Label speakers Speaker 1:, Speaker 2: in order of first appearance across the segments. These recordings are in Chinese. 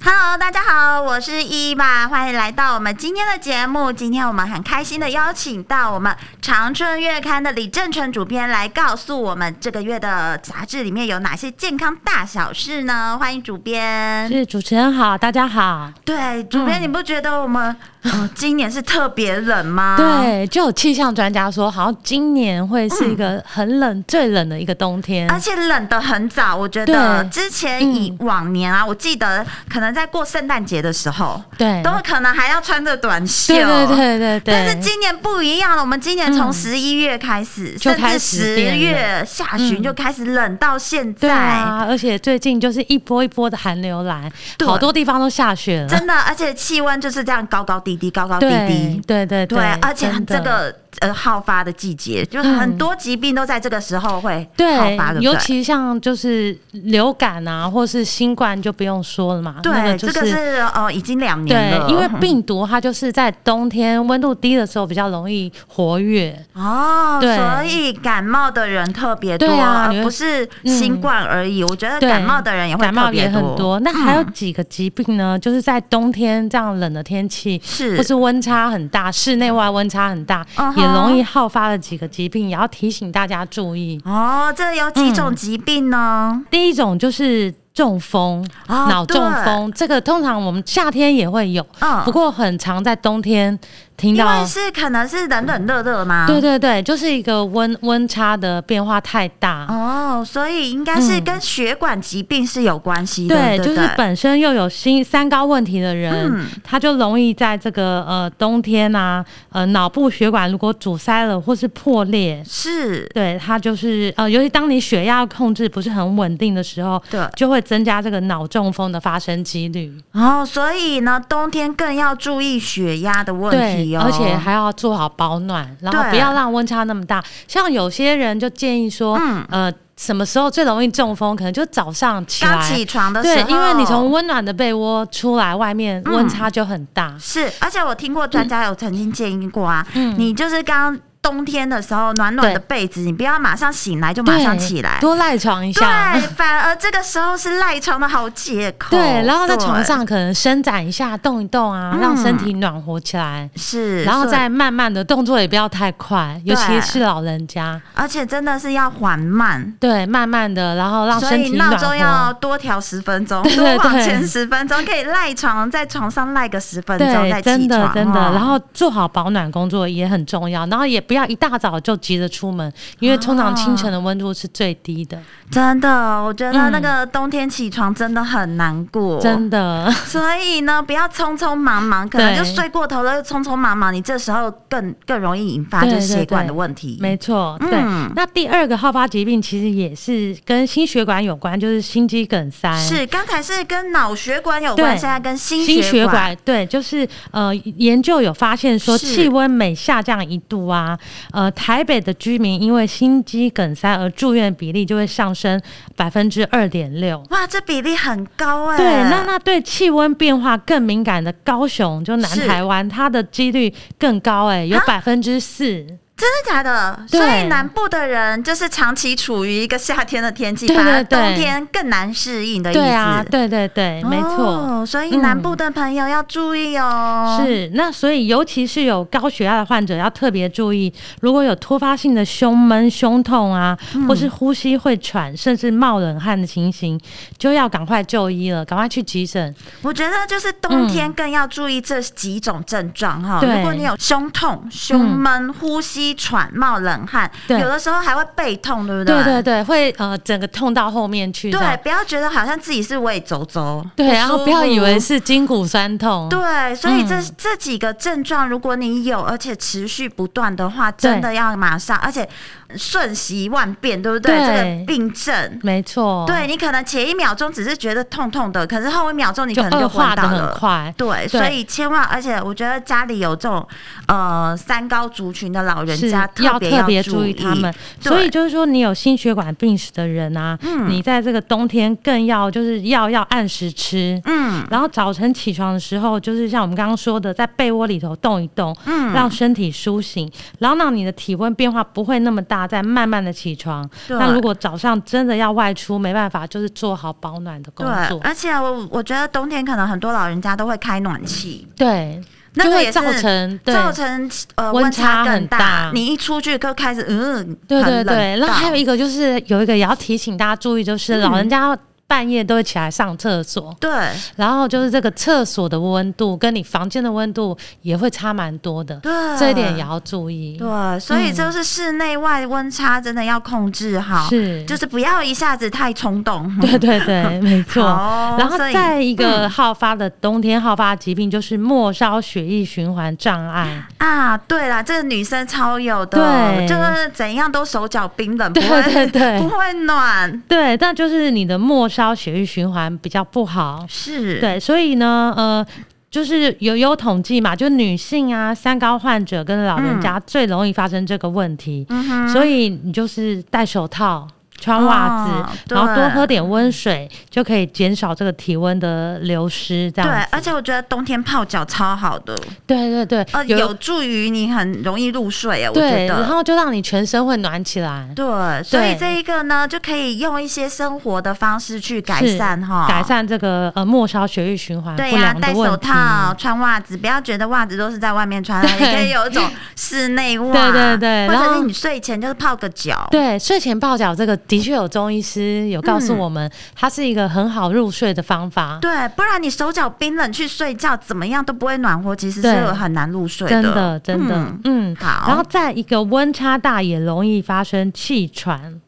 Speaker 1: Hello，大家好，我是伊娃，欢迎来到我们今天的节目。今天我们很开心的邀请到我们长春月刊的李正淳主编来告诉我们这个月的杂志里面有哪些健康大小事呢？欢迎主编。
Speaker 2: 是主持人好，大家好。嗯
Speaker 1: 对，主编，你不觉得我们、 呃今年是特别冷吗？，
Speaker 2: 对，就有气象专家说，好像今年会是一个很冷、最冷的一个冬天。
Speaker 1: 而且冷得很早。我觉得
Speaker 2: 对嗯
Speaker 1: 之前以往年啊，我记得可能在过圣诞节的时候，
Speaker 2: 对，
Speaker 1: 都可能还要穿着短袖。
Speaker 2: 对对对对对。
Speaker 1: 但是今年不一样了，我们今年从
Speaker 2: 嗯
Speaker 1: 十一月开始，
Speaker 2: 就
Speaker 1: 甚
Speaker 2: 开
Speaker 1: 至
Speaker 2: 始
Speaker 1: 十
Speaker 2: 变
Speaker 1: 月下旬
Speaker 2: 嗯
Speaker 1: 就开始冷到现
Speaker 2: 对
Speaker 1: 在，
Speaker 2: 啊，而且最近就是一波一波的寒流来，
Speaker 1: 对
Speaker 2: 好多地方都下雪了。
Speaker 1: 真的，而且气温就是这样高高低低，高高低
Speaker 2: 对
Speaker 1: 低。
Speaker 2: 对对
Speaker 1: 对，而且
Speaker 2: 真的嗯
Speaker 1: 这个呃好发的季节，就是很多疾病都在这个时候会好
Speaker 2: 对
Speaker 1: 发，对不
Speaker 2: 尤
Speaker 1: 对？
Speaker 2: 其像就是流感啊，或是新冠就不用说了嘛。那
Speaker 1: 对，
Speaker 2: 就
Speaker 1: 这个是呃已经两年
Speaker 2: 对
Speaker 1: 了，，
Speaker 2: 因为
Speaker 1: 嗯
Speaker 2: 病毒它就是在冬天温度低的时候比较容易活跃。
Speaker 1: 哦，
Speaker 2: 对
Speaker 1: 所以感冒的人特别多，
Speaker 2: 对啊
Speaker 1: 而
Speaker 2: 你会
Speaker 1: 不是新
Speaker 2: 嗯
Speaker 1: 冠而已。我觉得
Speaker 2: 对
Speaker 1: 感冒的人也会
Speaker 2: 感
Speaker 1: 特
Speaker 2: 冒
Speaker 1: 别
Speaker 2: 也很
Speaker 1: 多嗯
Speaker 2: 多。那还有几个疾病呢？就是在冬天这样冷的天气，
Speaker 1: 是
Speaker 2: 或是温差很大，室内外温差很大
Speaker 1: 嗯哼
Speaker 2: 也容易好发的几个疾病，也要提醒大家注意。
Speaker 1: 哦，这有几种疾病呢？
Speaker 2: 第一种就是中风，
Speaker 1: 哦
Speaker 2: 嗯脑中风，这个通常我们夏天也会有，
Speaker 1: 嗯
Speaker 2: 不过很常在冬天听
Speaker 1: 因为
Speaker 2: 到。
Speaker 1: 是可能是冷冷热热嘛。
Speaker 2: 对。对对，就是一个温温差的变化太大。
Speaker 1: 哦，所以应该是跟血管疾病是有关系的，
Speaker 2: 嗯对，
Speaker 1: 对
Speaker 2: 就
Speaker 1: 不
Speaker 2: 是
Speaker 1: 对
Speaker 2: 本身又有心三高问题的人，
Speaker 1: 嗯
Speaker 2: 他就容易在这个呃冬天啊，呃脑部血管如果阻塞了或是破裂，
Speaker 1: 是，
Speaker 2: 对他就是呃，尤其当你血压控制不是很稳定的时候，
Speaker 1: 对。
Speaker 2: 就会增加这个脑中风的发生几率。
Speaker 1: 哦，所以呢，冬天更要注意血压的问
Speaker 2: 对
Speaker 1: 题，哦，
Speaker 2: 而且还要做好保暖，然后
Speaker 1: 对
Speaker 2: 不要让温差那么大。像有些人就建议说，
Speaker 1: 嗯
Speaker 2: 呃，什么时候最容易中风？可能就早上起来
Speaker 1: 刚起床的时
Speaker 2: 对
Speaker 1: 候，，嗯
Speaker 2: 因为你从温暖的被窝出来，外面温差就很大。
Speaker 1: 是，而且我听过专家有曾经建议过啊，
Speaker 2: 嗯
Speaker 1: 你就是刚冬天的时候，暖暖
Speaker 2: 对
Speaker 1: 的被子，你不要马上醒来就
Speaker 2: 对
Speaker 1: 马上起来，
Speaker 2: 多赖床一下
Speaker 1: 对。，反而这个时候是赖床的好借口。
Speaker 2: 对，然后在床
Speaker 1: 对
Speaker 2: 上可能伸展一下，动一动啊，
Speaker 1: 嗯
Speaker 2: 让身体暖和起来。
Speaker 1: 是，
Speaker 2: 然后
Speaker 1: 所以
Speaker 2: 再慢慢的动作也不要太快，尤其是老人家，
Speaker 1: 而且真的是要缓慢。
Speaker 2: 对，慢慢的，然后让
Speaker 1: 所
Speaker 2: 身
Speaker 1: 以
Speaker 2: 体
Speaker 1: 闹
Speaker 2: 暖
Speaker 1: 钟要
Speaker 2: 和。
Speaker 1: 多调十分钟，
Speaker 2: 对
Speaker 1: 多
Speaker 2: 对
Speaker 1: 往
Speaker 2: 对
Speaker 1: 前十分钟，可以赖床，在床上赖个十分钟再
Speaker 2: 对，
Speaker 1: 起床。
Speaker 2: 真的真的，
Speaker 1: 哦
Speaker 2: 然后做好保暖工作也很重要，然后也不要一大早就急着出门，因为通常清晨的温度是最低的，
Speaker 1: 真的，我觉得
Speaker 2: 嗯
Speaker 1: 那个冬天起床真的很难过，
Speaker 2: 真的。
Speaker 1: 所以呢，不要匆匆忙忙，可能
Speaker 2: 对
Speaker 1: 就睡过头了，又匆匆忙忙，你这时候更更容易引发就是
Speaker 2: 对对
Speaker 1: 血管
Speaker 2: 对
Speaker 1: 的问题。
Speaker 2: 没错，对。
Speaker 1: 嗯
Speaker 2: 那第二个好发疾病其实也是跟心血管有关，就是心肌梗塞。
Speaker 1: 是，刚才是跟脑血管有关，
Speaker 2: 对
Speaker 1: 现在跟心
Speaker 2: 心
Speaker 1: 血
Speaker 2: 血管对，就是呃，研究有发现说，
Speaker 1: 是
Speaker 2: 气温每下降一度啊，呃，台北的居民因为心肌梗塞而住院比例就会上升百分之二点六。
Speaker 1: 哇，这比例很高哎、
Speaker 2: 对，那那对气温变化更敏感的高雄，就南
Speaker 1: 是
Speaker 2: 台湾，它的几率更高哎、有
Speaker 1: 啊
Speaker 2: 百分之四。
Speaker 3: 真的假的？
Speaker 2: 对
Speaker 3: 所以南部的人就是长期处于一个夏天的天气，
Speaker 2: 对
Speaker 3: 反而
Speaker 2: 对对
Speaker 3: 冬天更难适应的意思。
Speaker 2: 对啊，对对对，没错。嗯
Speaker 3: 哦，所以南部的朋友要注意哦。
Speaker 2: 是，那所以尤其是有高血压的患者要特别注意，如果有突发性的胸闷、胸痛啊，
Speaker 3: 嗯
Speaker 2: 或是呼吸会喘，甚至冒冷汗的情形，就要赶快就医了，赶快去急诊。
Speaker 3: 我觉得就是冬天更要注意这几种症状哈。
Speaker 2: 嗯对
Speaker 3: 如果你有胸痛、胸闷、呼吸、喘、冒冷汗，
Speaker 2: 对
Speaker 3: 有的时候还会背痛，对不
Speaker 2: 对
Speaker 3: 对
Speaker 2: 对对，会呃整个痛到后面去
Speaker 3: 对
Speaker 2: 的。
Speaker 3: 不要觉得好像自己是胃走走，
Speaker 2: 对，然
Speaker 3: 舒
Speaker 2: 后
Speaker 3: 服
Speaker 2: 不要以为是筋骨酸痛。
Speaker 3: 对，所以这、
Speaker 2: 嗯
Speaker 3: 这几个症状，如果你有，而且持续不断的话，真的要马上，而且瞬息万变，对不对？
Speaker 2: 对哦
Speaker 3: 这个病症，
Speaker 2: 没错。
Speaker 3: 对你可能前一秒钟只是觉得痛痛的，可是后一秒钟你
Speaker 2: 就
Speaker 3: 可能
Speaker 2: 恶
Speaker 3: 就
Speaker 2: 化
Speaker 3: 昏
Speaker 2: 的
Speaker 3: 倒
Speaker 2: 很
Speaker 3: 了。
Speaker 2: 快。
Speaker 3: 对，所以千万，而且我觉得家里有这种呃三高族群的老人
Speaker 2: 是
Speaker 3: 家，
Speaker 2: 要
Speaker 3: 别
Speaker 2: 特别
Speaker 3: 注
Speaker 2: 注意他们。
Speaker 3: 对嗯
Speaker 2: 所以就是说，你有心血管病史的人啊，你在这个冬天更要就是药要按时吃。
Speaker 3: 嗯，
Speaker 2: 然后早晨起床的时候，就是像我们刚刚说的，在被窝里头动一动，嗯，让身体苏醒，然后让你的体温变化不会那么大，再慢慢的起床。
Speaker 3: 对
Speaker 2: 那如果早上真的要外出，没办法，就是做好保暖的工
Speaker 3: 对
Speaker 2: 作，。
Speaker 3: 而且我我觉得冬天可能很多老人家都会开暖气，
Speaker 2: 对，嗯
Speaker 3: 那
Speaker 2: 就
Speaker 3: 个
Speaker 2: 会
Speaker 3: 也是
Speaker 2: 造成对
Speaker 3: 造成呃
Speaker 2: 温
Speaker 3: 温差
Speaker 2: 差
Speaker 3: 更
Speaker 2: 很大
Speaker 3: 你一出去就开始嗯，
Speaker 2: 对对
Speaker 3: 很冷嗯
Speaker 2: 对，然后
Speaker 3: 到
Speaker 2: 还有一个就是有一个也要提醒大家注意，就是老人家半夜都会起来上厕所，
Speaker 3: 对
Speaker 2: 然后就是这个厕所的温度跟你房间的温度也会差蛮多的，
Speaker 3: 对，
Speaker 2: 这一点也要注意。
Speaker 3: 对，所以就是室内外温差真的要控制好，
Speaker 2: 是
Speaker 3: 就是不要一下子太冲动。
Speaker 2: 对对 对，没错。
Speaker 3: 嗯好
Speaker 2: 然后
Speaker 3: 所以嗯
Speaker 2: 再一个好发的冬天好发疾病就是末梢血液循环障 碍，
Speaker 3: 啊，对啦，这个女生超有的，
Speaker 2: 对
Speaker 3: 就是怎样都手脚冰冷，不
Speaker 2: 对
Speaker 3: 会
Speaker 2: 对对
Speaker 3: 不会暖，
Speaker 2: 对，那就是你的末梢血液循环比较不好，
Speaker 3: 是，
Speaker 2: 对，所以呢，呃，就是有有统计嘛，就女性啊、三高患者跟老人
Speaker 3: 嗯
Speaker 2: 家最容易发生这个问题，所以你就是戴手套。穿袜子，
Speaker 3: 哦
Speaker 2: 然后多
Speaker 3: 对
Speaker 2: 喝点温水，就可以减少这个体温的流失。这
Speaker 3: 对
Speaker 2: 样，
Speaker 3: 而
Speaker 2: 子，
Speaker 3: 且我觉得冬天泡脚超好的，
Speaker 2: 对对对，
Speaker 3: 呃，有助于你很容易入睡啊，我觉
Speaker 2: 对，
Speaker 3: 得。
Speaker 2: 然后就让你全身会暖起来，
Speaker 3: 对，所以
Speaker 2: 对
Speaker 3: 这一个呢，就可以用一些生活的方式去改
Speaker 2: 是
Speaker 3: 善哈，
Speaker 2: 改。善这个呃末梢血液循环
Speaker 3: 啊对
Speaker 2: 不
Speaker 3: 呀、
Speaker 2: 良的
Speaker 3: 戴手
Speaker 2: 问题。
Speaker 3: 套、穿袜子，不要觉得袜子都是在外 面穿啊，
Speaker 2: 对
Speaker 3: 也可以有一种室内袜。
Speaker 2: 对对对
Speaker 3: 或
Speaker 2: 然
Speaker 3: 者
Speaker 2: 后
Speaker 3: 是你睡前就是泡个脚。
Speaker 2: 对，睡前泡脚这个的确有中医师有告诉我们，它是一个很好入睡的方法。
Speaker 3: 对，不然你手脚冰冷去睡觉，怎么样都不会暖和，其实是
Speaker 2: 对
Speaker 3: 很难入睡
Speaker 2: 真
Speaker 3: 的，
Speaker 2: 的，真的，
Speaker 3: 嗯
Speaker 2: 嗯。
Speaker 3: 好，
Speaker 2: 然后再一个温差大也容易发生气喘，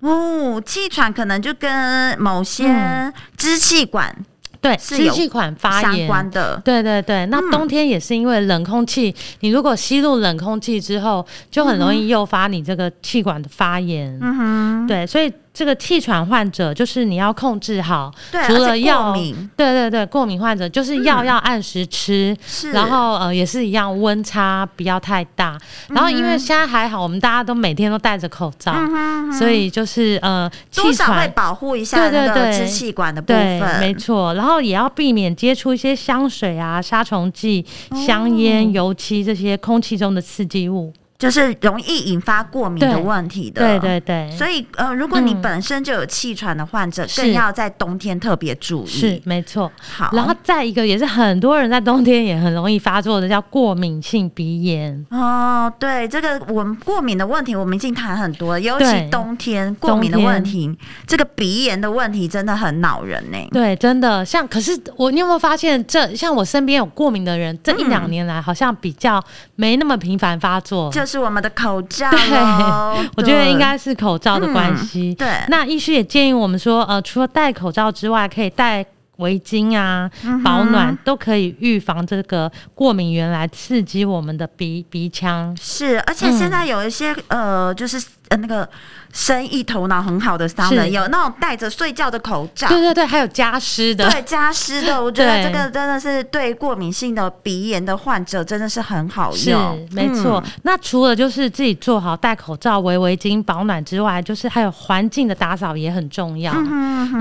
Speaker 3: 哦，气喘可能就跟某些
Speaker 2: 嗯
Speaker 3: 支气管
Speaker 2: 对，
Speaker 3: 是
Speaker 2: 支
Speaker 3: 有
Speaker 2: 气管发
Speaker 3: 相
Speaker 2: 炎。
Speaker 3: 关的，
Speaker 2: 对对对，那
Speaker 3: 嗯
Speaker 2: 冬天也是因为冷空气，你如果吸入冷空气之后，就很容易诱发你这个气管的发炎。
Speaker 3: 嗯哼，
Speaker 2: 对，所以这个气喘患者就是你要控制好，
Speaker 3: 对，
Speaker 2: 除
Speaker 3: 而
Speaker 2: 了
Speaker 3: 且
Speaker 2: 药
Speaker 3: 过敏，
Speaker 2: 对对对，过敏患者就是药要按时吃，
Speaker 3: 是，
Speaker 2: 然后呃也是一样，温差不要太
Speaker 3: 嗯
Speaker 2: 大。然后因为现在还好，我们大家都每天都戴着口罩，
Speaker 3: 嗯
Speaker 2: 所以就是呃气
Speaker 3: 多少会
Speaker 2: 喘。
Speaker 3: 保护一下
Speaker 2: 对对
Speaker 3: 那个
Speaker 2: 对
Speaker 3: 支气管的部
Speaker 2: 对
Speaker 3: 分，，
Speaker 2: 没错。然后也要避免接触一些香水啊、杀虫剂、
Speaker 3: 哦
Speaker 2: 香烟、油漆这些空气中的刺激物。
Speaker 3: 就是容易引发过敏的
Speaker 2: 对
Speaker 3: 问题的。
Speaker 2: 对对对，
Speaker 3: 所以呃，如果你
Speaker 2: 嗯
Speaker 3: 本身就有气喘的患者，
Speaker 2: 是
Speaker 3: 更要在冬天特别注意。
Speaker 2: 是，没错。
Speaker 3: 好，
Speaker 2: 然后再一个也是很多人在冬天也很容易发作的，叫过敏性鼻炎。
Speaker 3: 哦，对，这个我们过敏的问题，我们已经谈很多了，尤
Speaker 2: 对
Speaker 3: 其冬天过敏的
Speaker 2: 冬天
Speaker 3: 问题，这个鼻炎的问题真的很恼人呢、
Speaker 2: 对，真的像，可是我你有没有发现这，像我身边有过敏的人，这一两年来好像比较没那么频繁发作。
Speaker 3: 就是我们嗯的口罩咯
Speaker 2: 我觉得
Speaker 3: 对
Speaker 2: 应该是口罩的关系。
Speaker 3: 对
Speaker 2: 那医师也建议我们说，呃，除了戴口罩之外，可以戴围巾啊，保暖都可以预防这个过敏原来刺激我们的鼻鼻腔。
Speaker 3: 是，而
Speaker 2: 嗯
Speaker 3: 且现在有一些、呃，就是呃那个生意头脑很好的商人，
Speaker 2: 是
Speaker 3: 有那种戴着睡觉的口罩，
Speaker 2: 对对对，还有加湿的。
Speaker 3: 对加湿的，我觉得
Speaker 2: 对
Speaker 3: 这个真的是对过敏性的鼻炎的患者真的是很好
Speaker 2: 是
Speaker 3: 用，
Speaker 2: 没错、那除了就是自己做好戴口罩、围围巾保暖之外，就是还有环境的打扫也很重要，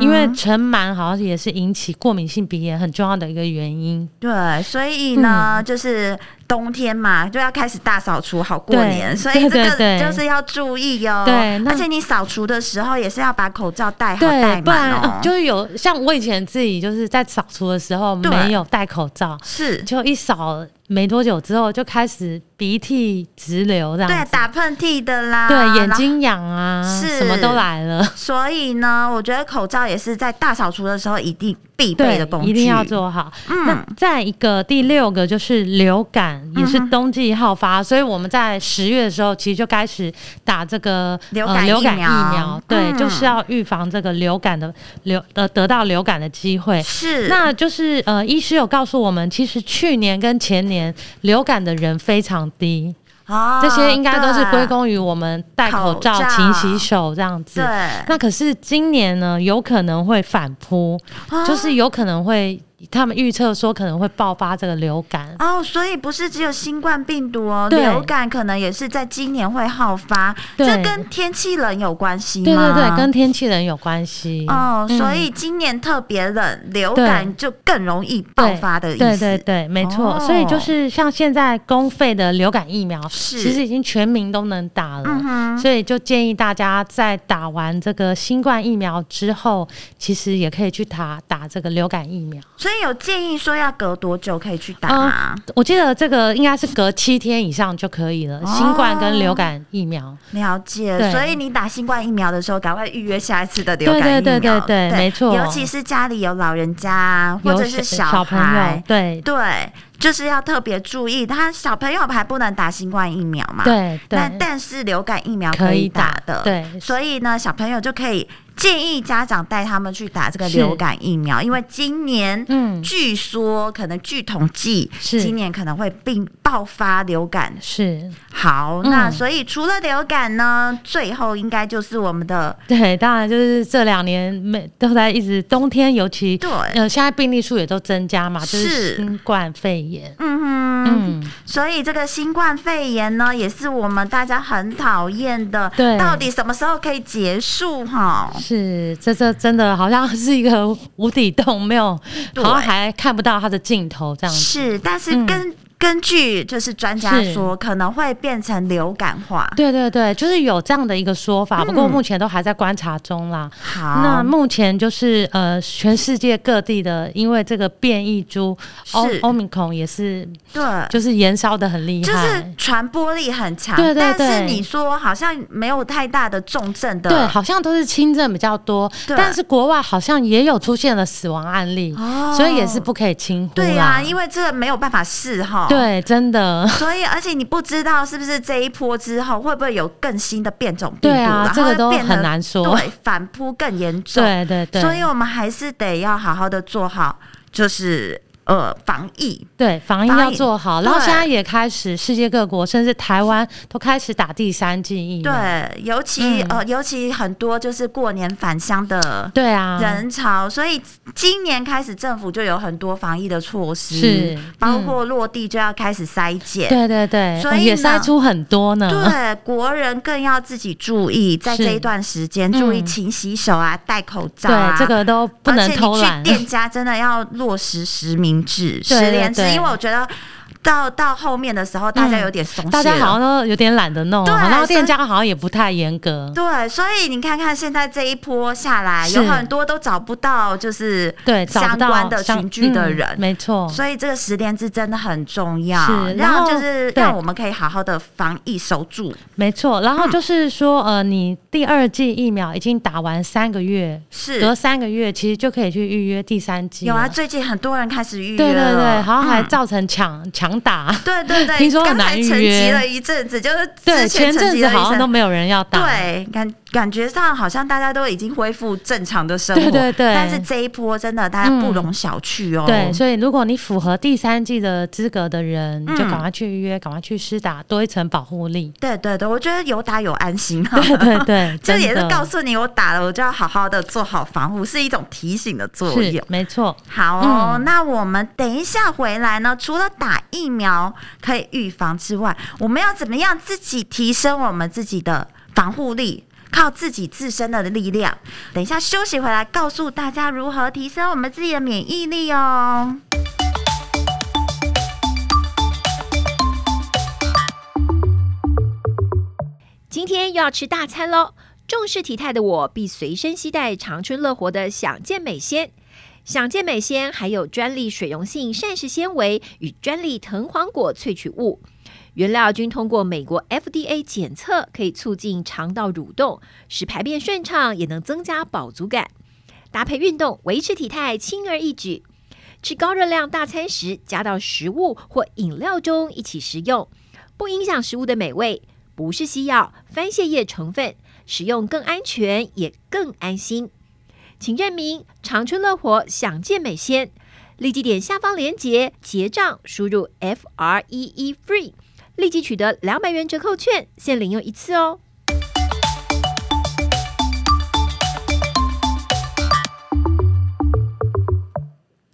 Speaker 2: 因为尘螨好像也是引起过敏性鼻炎很重要的一个原因。嗯
Speaker 3: 对，所以呢，就是冬天嘛，就要开始大扫除，好过
Speaker 2: 对
Speaker 3: 年，所以
Speaker 2: 对
Speaker 3: 这
Speaker 2: 对
Speaker 3: 个
Speaker 2: 对
Speaker 3: 就是要注意哦。
Speaker 2: 对那
Speaker 3: 而且你扫除的时候也是要把口罩戴好戴
Speaker 2: 对，不
Speaker 3: 满
Speaker 2: 然、
Speaker 3: 哦
Speaker 2: 呃，就是有像我以前自己就是在扫除的时候
Speaker 3: 对
Speaker 2: 没有戴口罩，
Speaker 3: 是
Speaker 2: 就一扫没多久之后就开始鼻涕直流这样
Speaker 3: 对
Speaker 2: 子，
Speaker 3: 打喷嚏的啦，
Speaker 2: 对，眼
Speaker 3: 然后
Speaker 2: 睛痒啊，
Speaker 3: 是
Speaker 2: 什么都来了，
Speaker 3: 所以呢，我觉得口罩也是在大扫除的时候一定必备
Speaker 2: 对
Speaker 3: 的工，具，
Speaker 2: 一定要。做好。那
Speaker 3: 嗯，
Speaker 2: 再一个第六个就是流感，也是冬季好发，所以我们在十月的时候其实就开始打这个
Speaker 3: 流
Speaker 2: 呃、
Speaker 3: 感
Speaker 2: 流感
Speaker 3: 疫
Speaker 2: 疫
Speaker 3: 苗
Speaker 2: 苗，对，
Speaker 3: 嗯
Speaker 2: 就是要预防这个流感的流呃得到流感的机会。
Speaker 3: 是
Speaker 2: 那就是呃，医师有告诉我们，其实去年跟前年流感的人非常低，
Speaker 3: 哦
Speaker 2: 这些应该都是归
Speaker 3: 对
Speaker 2: 功于我们戴口罩、
Speaker 3: 口罩
Speaker 2: 勤洗手这样子。
Speaker 3: 对，
Speaker 2: 那可是今年呢，有可能会反扑，
Speaker 3: 啊
Speaker 2: 就是有可能会，他们预测说可能会爆发这个流感。
Speaker 3: 哦，所以不是只有新冠病毒哦，
Speaker 2: 对
Speaker 3: 流感可能也是在今年会好发，
Speaker 2: 对
Speaker 3: 这跟天气冷有关系吗？
Speaker 2: 对对对，跟天气冷有关系。
Speaker 3: 哦，
Speaker 2: 嗯
Speaker 3: 所以今年特别冷，流感就更容易爆发的意思。
Speaker 2: 对对对，没错。
Speaker 3: 哦
Speaker 2: 所以就是像现在公费的流感疫苗，
Speaker 3: 是
Speaker 2: 其实已经全民都能打了。
Speaker 3: 嗯哼，
Speaker 2: 所以就建议大家在打完这个新冠疫苗之后，其实也可以去打打这个流感疫苗。
Speaker 3: 所以有建议说要隔多久可以去打
Speaker 2: 嗯
Speaker 3: 吗？
Speaker 2: 我记得这个应该是隔七天以上就可以了，
Speaker 3: 哦
Speaker 2: 新冠跟流感疫苗。
Speaker 3: 了解，
Speaker 2: 对
Speaker 3: 所以你打新冠疫苗的时候，赶快预约下一次的流感疫
Speaker 2: 对
Speaker 3: 苗。
Speaker 2: 对对对对没错
Speaker 3: 尤其是家里有老人家或
Speaker 2: 有
Speaker 3: 者是
Speaker 2: 小
Speaker 3: 小
Speaker 2: 朋友
Speaker 3: 孩，，
Speaker 2: 对
Speaker 3: 对，就是要特别注意。他小朋友还不能打新冠疫苗嘛？。
Speaker 2: 对
Speaker 3: 那
Speaker 2: 对，
Speaker 3: 但是流感疫苗
Speaker 2: 可
Speaker 3: 以
Speaker 2: 以
Speaker 3: 打
Speaker 2: 打
Speaker 3: 的，
Speaker 2: 对
Speaker 3: 所以呢，小朋友就可以建议家长带他们去打这个
Speaker 2: 是
Speaker 3: 流感疫苗，因为今年
Speaker 2: 嗯，
Speaker 3: 据说可能据统计，
Speaker 2: 是
Speaker 3: 今年可能会并爆发流感。
Speaker 2: 是
Speaker 3: 好，
Speaker 2: 嗯
Speaker 3: 那所以除了流感呢，最后应该就是我们的
Speaker 2: 对，当然就是这两年每都在一直冬天，尤其
Speaker 3: 对，
Speaker 2: 呃，现在病例数也都增加嘛，就是
Speaker 3: 是
Speaker 2: 新冠肺炎。
Speaker 3: 嗯哼，
Speaker 2: 嗯，
Speaker 3: 所以这个新冠肺炎呢，也是我们大家很讨厌的，
Speaker 2: 对嗯
Speaker 3: 到底什么时候可以结束哈？
Speaker 2: 是，这这真的好像是一个无底洞，没有，
Speaker 3: 对
Speaker 2: 好像还看不到它的尽头这样子。
Speaker 3: 是，但是
Speaker 2: 嗯
Speaker 3: 根、根据就是专家
Speaker 2: 是
Speaker 3: 说，可能会变成流感化。
Speaker 2: 对对对，就是有这样的一个说法，不过
Speaker 3: 嗯
Speaker 2: 目前都还在观察中啦。
Speaker 3: 好，
Speaker 2: 那目前就是呃，全世界各地的，因为这个变异株欧
Speaker 3: 是
Speaker 2: 欧米孔也是，
Speaker 3: 对。
Speaker 2: 就是延烧的很厉害，
Speaker 3: 就是传播力很强，
Speaker 2: 对对
Speaker 3: 但
Speaker 2: 对
Speaker 3: 是你说好像没有太大的重症的，
Speaker 2: 对，好像都是轻症比较多，
Speaker 3: 对
Speaker 2: 但是国外好像也有出现了死亡案例，
Speaker 3: 哦
Speaker 2: 所以也是不可以轻忽
Speaker 3: 对呀、
Speaker 2: 啦。
Speaker 3: 因为这个没有办法试哈。，
Speaker 2: 对，真的。
Speaker 3: 所以而且你不知道是不是这一波之后会不会有更新的变种病毒，
Speaker 2: 对啊
Speaker 3: 然，
Speaker 2: 这
Speaker 3: 后
Speaker 2: 个
Speaker 3: 会
Speaker 2: 都
Speaker 3: 变
Speaker 2: 很
Speaker 3: 得
Speaker 2: 难说。
Speaker 3: 对反扑更严重。
Speaker 2: 对对对，
Speaker 3: 所以我们还是得要好好的做好，就是呃防疫。
Speaker 2: 对，防疫
Speaker 3: 防疫
Speaker 2: 要做好，然后
Speaker 3: 对
Speaker 2: 现在也开始，世界各国甚至台湾都开始打第三剂疫苗。
Speaker 3: 对，尤其、
Speaker 2: 嗯
Speaker 3: 呃尤其很多就是过年返乡的
Speaker 2: 对啊，
Speaker 3: 人潮，所以今年开始政府就有很多防疫的措施，
Speaker 2: 是
Speaker 3: 包
Speaker 2: 嗯
Speaker 3: 括落地就要开始筛检。
Speaker 2: 对对对，
Speaker 3: 所
Speaker 2: 哦
Speaker 3: 以
Speaker 2: 也
Speaker 3: 呢
Speaker 2: 筛出很多呢。
Speaker 3: 对，国人更要自己注意，在
Speaker 2: 是
Speaker 3: 这一段时间注意
Speaker 2: 嗯
Speaker 3: 勤洗手啊，戴口罩啊
Speaker 2: 对，。这个都不能偷
Speaker 3: 而
Speaker 2: 懒。
Speaker 3: 且你去店家真的要落实实名制、
Speaker 2: 对
Speaker 3: 实联
Speaker 2: 对
Speaker 3: 制，因为我觉得到到后面的时候，大家有点松懈 了、
Speaker 2: 大家嗯好像都有点懒得弄，哦
Speaker 3: 对
Speaker 2: 然后
Speaker 3: 所以
Speaker 2: 店家好像也不太严格。
Speaker 3: 对，所以你看看现在这一波下来，
Speaker 2: 是
Speaker 3: 有很多都找不到，就是
Speaker 2: 对，找
Speaker 3: 相
Speaker 2: 到
Speaker 3: 关的
Speaker 2: 相
Speaker 3: 群聚的
Speaker 2: 嗯
Speaker 3: 人。
Speaker 2: 没错。
Speaker 3: 所以这个十连制真的很重要，
Speaker 2: 是然
Speaker 3: 让
Speaker 2: 后
Speaker 3: 就是
Speaker 2: 对
Speaker 3: 让我们可以好好的防疫守住。
Speaker 2: 没错，然后就是说，呃，你第二剂疫苗已经打完三个月，隔
Speaker 3: 是
Speaker 2: 三个月其实就可以去预约第三剂
Speaker 3: 嗯有
Speaker 2: 了。
Speaker 3: 啊，最近很多人开始预约
Speaker 2: 对对对，
Speaker 3: 了
Speaker 2: 好像还
Speaker 3: 嗯
Speaker 2: 造成抢抢打，
Speaker 3: 对对对，
Speaker 2: 听说很
Speaker 3: 刚才
Speaker 2: 难预
Speaker 3: 沉
Speaker 2: 约
Speaker 3: 寂了一阵子，就是
Speaker 2: 对，
Speaker 3: 之
Speaker 2: 前
Speaker 3: 沉
Speaker 2: 阵
Speaker 3: 寂
Speaker 2: 子
Speaker 3: 了一
Speaker 2: 好像
Speaker 3: 阵
Speaker 2: 都没有人要打，
Speaker 3: 对，感感觉上好像大家都已经恢复正常的生活，
Speaker 2: 对对对
Speaker 3: 但是这一波真的大家不
Speaker 2: 嗯
Speaker 3: 容小觑哦。
Speaker 2: 对，所以如果你符合第三季的资格的人，
Speaker 3: 嗯。
Speaker 2: 你就赶快去预约，赶快去施打，多一层保护力
Speaker 3: 对对对，我觉得有打有安心哈。
Speaker 2: 对对对，
Speaker 3: 就也
Speaker 2: 真
Speaker 3: 是
Speaker 2: 的
Speaker 3: 告诉你，我打了，我就要好好的做好防护，是一种提醒的作
Speaker 2: 是
Speaker 3: 用。
Speaker 2: 没错，
Speaker 3: 好哦，
Speaker 2: 嗯
Speaker 3: 那我们等一下回来呢，除了打疫苗可以预防之外，我们要怎么样自己提升我们自己的防护力？靠自己自身的力量。等一下休息回来，告诉大家如何提升我们自己的免疫力哦。
Speaker 4: 又要吃大餐喽。重视体态的我，必随身携带长春乐活的想健美鲜。想健美鲜还有专利水溶性膳食纤维与专利藤黄果萃取物，原料均通过美国 FDA 检测，可以促进肠道蠕动，使排便顺畅，也能增加饱足感。搭配运动，维持体态轻而易举。吃高热量大餐时，加到食物或饮料中一起食用，不影响食物的美味，不是西药，番泻叶成分，使用更安全也更安心。请认明长春乐活享健美鲜，立即点下方链接结账，输入 F R E E FREE，立即取得两百元折扣券，限领用一次哦。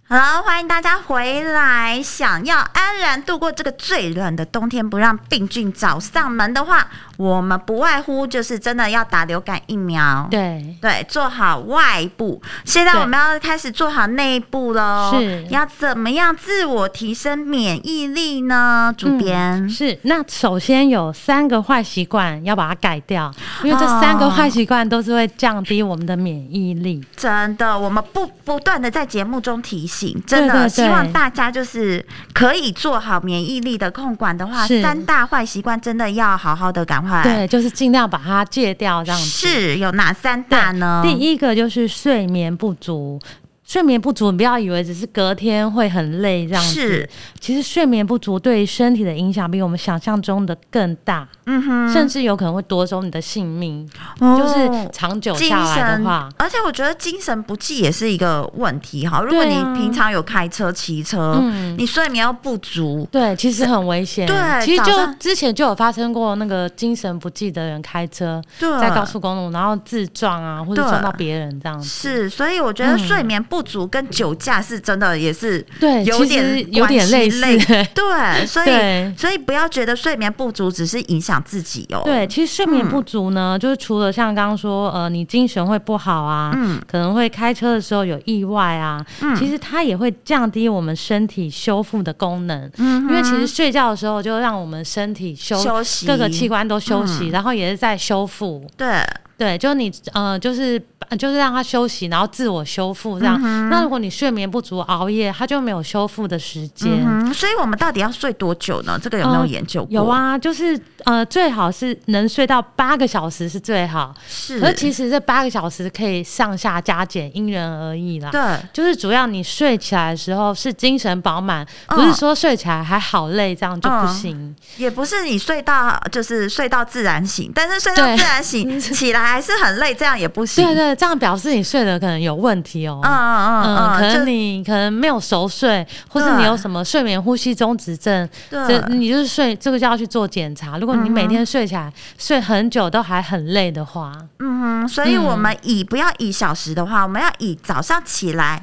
Speaker 3: 好，欢迎大家回来。想要安然度过这个最冷的冬天，不让病菌找上门的话，我们不外乎就是真的要打流感疫苗。
Speaker 2: 对，
Speaker 3: 对，做好外部，现在
Speaker 2: 对
Speaker 3: 我们要开始做好内部喽。
Speaker 2: 是
Speaker 3: 要怎么样自我提升免疫力呢？主编、
Speaker 2: 是，那首先有三个坏习惯要把它改
Speaker 3: 哦
Speaker 2: 掉，因为这三个坏习惯都是会降低我们的免疫力。
Speaker 3: 真的，我们不不断的在节目中提醒，真的
Speaker 2: 对对对
Speaker 3: 希望大家就是可以做好免疫力的控管的话，
Speaker 2: 是
Speaker 3: 三大坏习惯真的要好好的赶快。
Speaker 2: 对，就是尽量把它戒掉，这样子。
Speaker 3: 是有哪三
Speaker 2: 对
Speaker 3: 大呢？
Speaker 2: 第，一个就是睡眠不足。睡眠不足，你不要以为只是隔天会很累这样
Speaker 3: 是
Speaker 2: 子。其实睡眠不足对身体的影响比我们想象中的更大，
Speaker 3: 嗯哼，哦
Speaker 2: 甚至有可能会夺走你的性命。就是长久
Speaker 3: 精
Speaker 2: 下来的
Speaker 3: 神
Speaker 2: 话，，
Speaker 3: 而且我觉得精神不济也是一个问题哈。如果你
Speaker 2: 对啊
Speaker 3: 平常有开车、骑车，
Speaker 2: 嗯
Speaker 3: 你睡眠又不足，
Speaker 2: 对，其实很危险。
Speaker 3: 对
Speaker 2: 其实
Speaker 3: 早
Speaker 2: 就
Speaker 3: 上
Speaker 2: 之前就有发生过那个精神不济的人开车
Speaker 3: 对，
Speaker 2: 在高速公路，然后自撞啊，或者
Speaker 3: 对
Speaker 2: 撞到别人这样子。
Speaker 3: 是，所以我觉得
Speaker 2: 嗯
Speaker 3: 睡眠不足跟酒驾是真的也是
Speaker 2: 对
Speaker 3: 有
Speaker 2: 其
Speaker 3: 点
Speaker 2: 实有点类
Speaker 3: 关系
Speaker 2: 似
Speaker 3: 类
Speaker 2: 欸
Speaker 3: 对，所以
Speaker 2: 对
Speaker 3: 所以不要觉得睡眠不足只是影响自己哦，
Speaker 2: 对，，其实睡眠不足
Speaker 3: 嗯
Speaker 2: 呢，就是除了像刚刚说，呃，你精神会不好啊，
Speaker 3: 嗯
Speaker 2: 可能会开车的时候有意外啊，其实它也会降低我们身体修复的功能，
Speaker 3: 嗯哼
Speaker 2: 因为其实睡觉的时候就让我们身体休
Speaker 3: 休息嗯
Speaker 2: 各个器官都休息，然后也是在修复，
Speaker 3: 对
Speaker 2: 对，就是你呃，就是就是让它休息，然后自我修复这样。
Speaker 3: 嗯
Speaker 2: 那如果你睡眠不足、熬夜，它就没有修复的时间。
Speaker 3: 嗯，所以我们到底要睡多久呢？这个有没有
Speaker 2: 呃
Speaker 3: 研究过？
Speaker 2: 有，啊，就是呃，最好是能睡到八个小时是最好。
Speaker 3: 是，
Speaker 2: 可是其实这八个小时可以上下加减，因人而异啦。
Speaker 3: 对。
Speaker 2: 就是主要你睡起来的时候是精神饱满，
Speaker 3: 嗯
Speaker 2: 不是说睡起来还好累这样就不行。
Speaker 3: 也不是你睡到就是睡到自然醒，但是睡到
Speaker 2: 对
Speaker 3: 自 然醒起来还是很累，这样也不行。
Speaker 2: 对对，这样表示你睡的可能有问题哦。
Speaker 3: 嗯嗯嗯
Speaker 2: 嗯，可
Speaker 3: 嗯，
Speaker 2: 能
Speaker 3: 就
Speaker 2: 你可能没有熟睡，或是你有什么睡眠呼吸中止症，
Speaker 3: 对
Speaker 2: 这你就是睡这个就要去做检查。如果你每天睡起来、睡很久都还很累的话，
Speaker 3: 嗯，所以我们以不要以小时的话，我们要以早上起来。